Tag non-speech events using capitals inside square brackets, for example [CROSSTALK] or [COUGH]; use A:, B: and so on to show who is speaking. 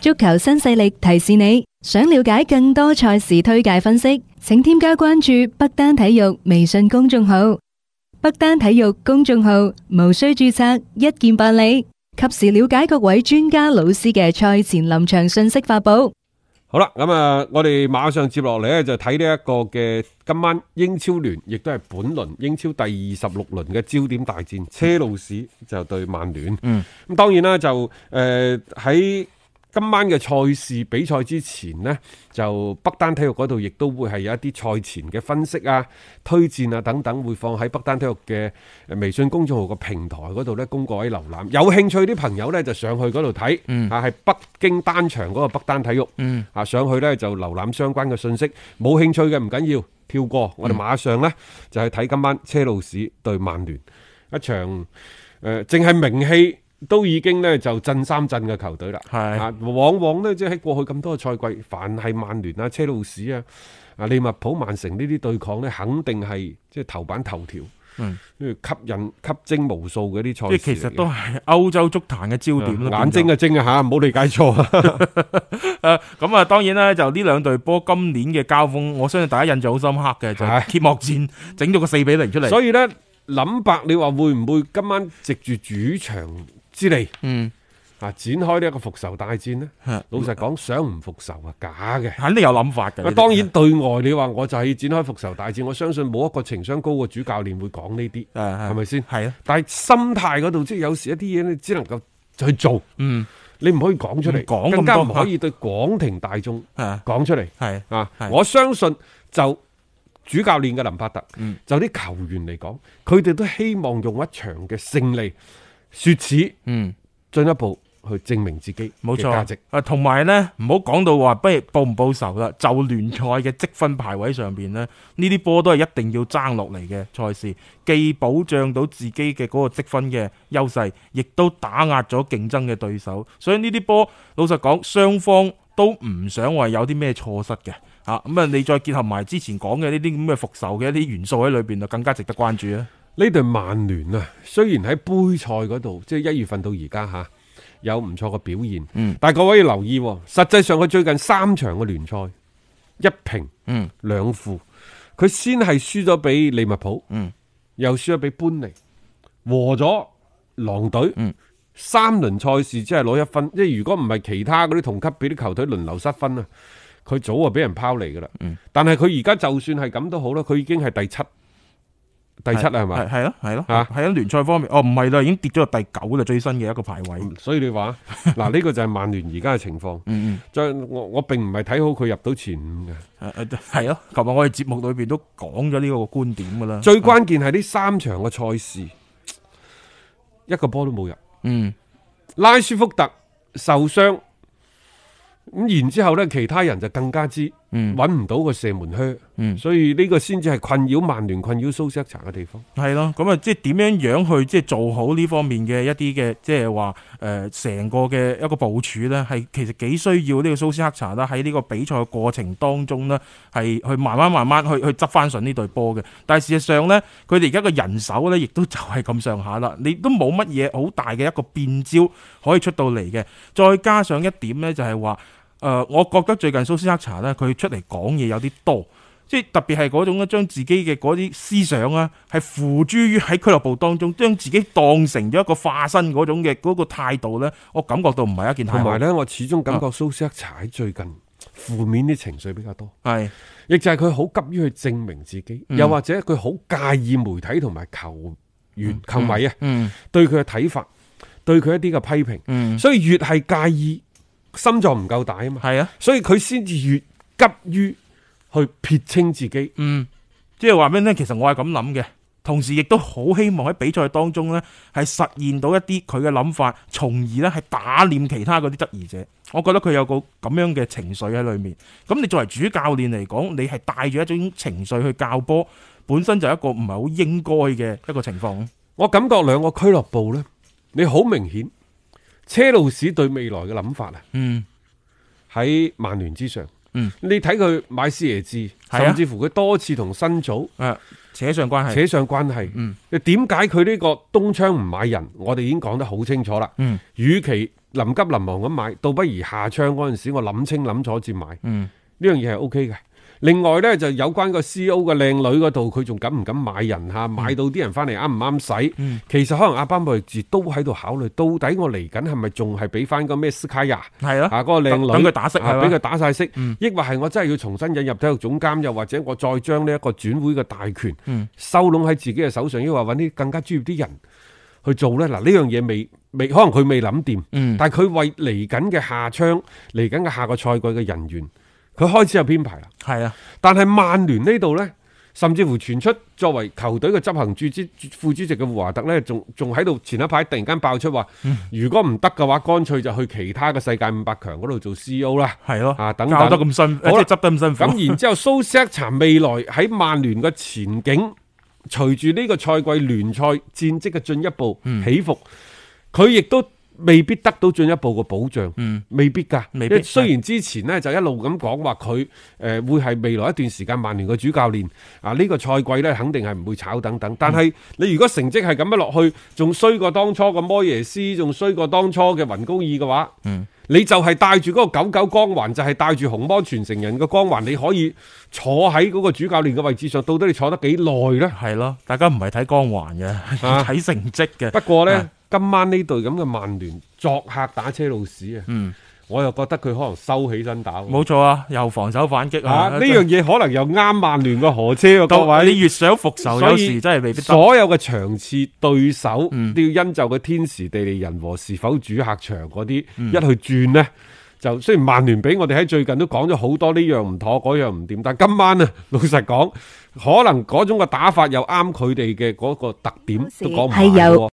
A: 足球新勢力提示你，想了解更多賽事推介分析，請添加關注北單體育微信公眾號。北單體育公眾號無需注冊，一鍵辦理，及時了解各位專家老師嘅賽前臨場信息發布。
B: 好啦，咁啊，我哋馬上接落嚟呢，就睇呢一個嘅今晚英超聯，亦都係本輪英超第二十六輪嘅焦點大戰，車路士就對曼聯。
C: 嗯，
B: 咁當然啦，就誒喺、今晚嘅賽事比賽之前呢，就北單體育嗰度亦都會係有一啲賽前嘅分析啊、推薦啊等等，會放喺北單體育嘅誒微信公眾號個平台嗰度呢，供各位瀏覽。有興趣啲朋友呢，就上去嗰度睇，
C: 嗯
B: 啊係北京單場嗰個北單體育。
C: 嗯，
B: 啊上去呢就瀏覽相關嘅信息，冇興趣嘅唔緊要，跳過。我哋馬上呢就去睇今晚車路士對曼聯一場誒，淨係名氣都已經呢就震三震嘅球隊啦。
C: 係
B: 啊，往往呢，即係喺過去咁多個賽季，凡係曼聯啊、車路士啊、啊利物浦、曼城呢啲對抗呢，肯定係即係頭版頭條，
C: 嗯，
B: 吸引吸睛無數嘅啲
C: 即係
B: 賽事嚟嘅。
C: 其實都係歐洲足壇嘅焦點啦。
B: 眼睛
C: 變咗
B: 嘅睛啊嚇，唔好理解錯啊！
C: 誒咁啊，當然啦，就呢兩隊波今年嘅交鋒，我相信大家印象好深刻嘅，就係
B: 係
C: 揭幕戰整咗個四比零出嚟。
B: 所以呢，諗白你話會唔會今晚藉住主場之利
C: 嗯，
B: 啊，展開呢一個復仇大戰呢？
C: 係
B: 老實講，想唔復仇啊，假嘅。
C: 肯定有諗法嘅。
B: 啊，當然對外你話我就係展開復仇大戰，我相信冇一個情商高嘅主教練會講呢啲，
C: 誒
B: 係咪先？
C: 係啊，
B: 但係心態嗰度，即係有時一啲嘢你只能夠去做，
C: 嗯，
B: 你唔可以講出嚟，
C: 唔講咁
B: 更加
C: 多
B: 唔可以對廣庭大眾
C: 係啊
B: 講出嚟。
C: 係
B: 啊！
C: 係
B: 我相信就主教練嘅林柏特，
C: 嗯
B: 就啲球員嚟講，佢哋都希望用一場嘅勝利，説此
C: 嗯。
B: 進一步去證明自己
C: 冇
B: 嘅價值
C: 錯。，啊，同埋呢，唔好講到話不如報唔報仇啦，就聯賽嘅積分排位上邊呢，呢啲波都係一定要爭落嚟嘅賽事，既保障到自己嘅嗰個積分嘅優勢，亦都打壓咗競爭嘅對手，所以呢啲波老實講，雙方都唔想話有啲咩錯失嘅。啊，咁啊，你再結合埋之前講嘅呢啲咁嘅復仇嘅一啲元素喺裏邊，就更加值得關注啊！
B: 呢隊曼聯啊，雖然喺杯賽嗰度，即係一月份到而家嚇有唔錯嘅表現，
C: 嗯
B: 但係各位要留意喎，實際上佢最近三場嘅聯賽一平
C: 嗯
B: 兩負，佢先係輸咗俾利物浦，
C: 嗯
B: 又輸咗俾班尼，和咗狼隊，
C: 嗯
B: 三輪賽事只係攞一分，即係如果唔係其他嗰啲同級俾啲球隊輪流失分啊，佢早就俾人拋離噶啦。
C: 嗯
B: 但係佢而家就算係咁都好啦，佢已經係第七，第七啦係
C: 係
B: 嘛？
C: 係咯係咯，
B: 啊
C: 係啊！聯賽方面，哦唔係啦，已經跌咗到第九啦，最新嘅一個排位。
B: 嗯所以你
C: [LAUGHS]
B: 話嗱，呢個就係曼聯而家嘅情況。
C: 嗯嗯。啊
B: 再我我並唔係睇好佢入到前五嘅，
C: 誒誒，呃係咯，琴日我哋節目裏邊都講咗呢個觀點噶啦。
B: 最關鍵係呢三場嘅賽事，一個波都冇入。
C: 嗯
B: 拉舒福特受傷，咁然之後呢，其他人就更加之
C: 嗯
B: 揾唔到個射門靴，
C: 嗯
B: 所以呢個先至係困擾曼聯、困擾蘇斯克查嘅地方。
C: 係咯，咁啊，即係點樣樣去即係做好呢方面嘅一啲嘅，即係話誒成個嘅一個部署呢，係其實幾需要呢個蘇斯克查啦，喺呢個比賽嘅過程當中呢，係去慢慢慢慢去去執翻順呢隊波嘅。但係事實上呢，佢哋而家嘅人手呢，亦都 [LAUGHS] 就係咁上下啦，你都冇乜嘢好大嘅一個變招可以出到嚟嘅。再加上一點呢，就係話誒，我覺得最近蘇斯克查呢，佢出嚟講嘢有啲多。即係特別係嗰種咧，將自己嘅嗰啲思想啊，係付諸於喺俱樂部當中，將自己當成咗一個化身嗰種嘅嗰個態度咧，我感覺到唔係一件啊太
B: 同
C: 好
B: 埋呢，我始終感覺蘇斯克查喺最近負面啲情緒比較多，
C: 係
B: 亦就係佢好急於去證明自己，
C: 嗯
B: 又或者佢好介意媒體同埋球員、球迷啊
C: 嗯
B: 對佢嘅睇法，對佢一啲嘅批評，
C: 嗯
B: 所以越係介意，心臟唔夠大啊嘛，
C: 係啊
B: 所以佢先至越急於去撇清自己。
C: 嗯，即係話咩咧？其實我係咁諗嘅，同時亦都好希望喺比賽當中咧係實現到一啲佢嘅諗法，從而咧係打臉其他嗰啲質疑者。我覺得佢有個咁樣嘅情緒喺裏面。咁你作為主教練嚟講，你係帶住一種情緒去教波，本身就係一個唔係好應該嘅一個情況。
B: 我感覺兩個俱樂部呢，你好明顯，車路士對未來嘅諗法啊，
C: 嗯，
B: 喺曼聯之上。
C: 嗯，
B: 你睇佢買斯耶治，
C: 係啊
B: 甚至乎佢多次同新組
C: 啊扯上關係。
B: 扯上關係。
C: 嗯
B: 你點解佢呢個東窗唔買人？我哋已經講得好清楚啦。
C: 嗯
B: 與其臨急臨忙咁買，倒不如下窗嗰陣時我諗清諗楚至買。
C: 嗯
B: 呢樣嘢係 O K 嘅。另外呢，就有關個 C.O. 嘅靚女嗰度，佢仲敢唔敢買人嚇？買到啲人翻嚟啱唔啱使？
C: 嗯，
B: 其實可能阿巴莫治都喺度考慮，到底我嚟緊係咪仲係俾翻個咩斯卡亞
C: 係啦，
B: 啊嗰個靚女
C: 等佢打色係
B: 啊
C: 嘛
B: 俾佢打晒色
C: 嗯，
B: 抑或係我真係要重新引入體育總監，又或者我再將呢一個轉會嘅大權
C: 嗯
B: 收攏喺自己嘅手上，抑或揾啲更加專業啲人去做呢？嗱，呢樣嘢未未可能佢未諗掂。
C: 嗯，
B: 但係佢為嚟緊嘅下窗、嚟緊嘅下個賽季嘅人員，佢開始有編排啦。
C: 係啊，
B: 但係曼聯呢度呢，甚至乎傳出作為球隊嘅執行主之副主席嘅胡華特呢，仲仲喺度前一排突然間爆出話，
C: 嗯
B: 如果唔得嘅話，乾脆就去其他嘅世界五百強嗰度做 CEO 啦。
C: 係咯，
B: 啊，等
C: 教得
B: 等。
C: 咁辛，即
B: 好啦
C: 係執得咁辛苦。
B: 咁然之後，蘇斯克查未來喺曼聯嘅前景，隨住呢個賽季聯賽戰績嘅進一步起伏，佢亦都未必得到進一步嘅保障。
C: 嗯
B: 未必㗎，
C: 未
B: 因
C: 必
B: 為雖然之前呢就一路咁講話佢誒會係未來一段時間曼聯嘅主教練啊，呢、個賽季呢肯定係唔會炒等等。但
C: 嗯
B: 係你如果成績係咁樣落去，仲衰過當初嘅摩耶斯，仲衰過當初嘅雲高爾嘅話，
C: 嗯
B: 你就係帶住嗰個九九光環，就係、帶住紅魔傳承人嘅光環，你可以坐喺嗰個主教練嘅位置上，到底你坐得幾耐呢？
C: 係咯，大家唔係睇光環嘅，
B: 啊
C: [LAUGHS] 睇成績嘅。
B: 不過呢
C: 啊，
B: 今晚呢隊咁嘅曼聯作客打車路士啊，
C: 嗯，
B: 我又覺得佢可能收起身打喎。
C: 冇錯啊，又防守反擊
B: 啊！
C: 啊，
B: 呢樣嘢可能又啱曼聯個河車喎，各
C: 到你
B: 位。
C: 越想復仇，
B: 所
C: 有
B: 以
C: 時真係未必得。
B: 所有嘅場次對手
C: 嗯
B: 都要因就個天時地利人和是否主客場嗰啲
C: 嗯
B: 一去轉呢，就雖然曼聯俾我哋喺最近都講咗好多呢樣唔妥嗰樣唔掂，但今晚啊 [LAUGHS] 老實講，可能嗰種嘅打法又啱佢哋嘅嗰個特點，都講唔埋
A: 係由
B: 喎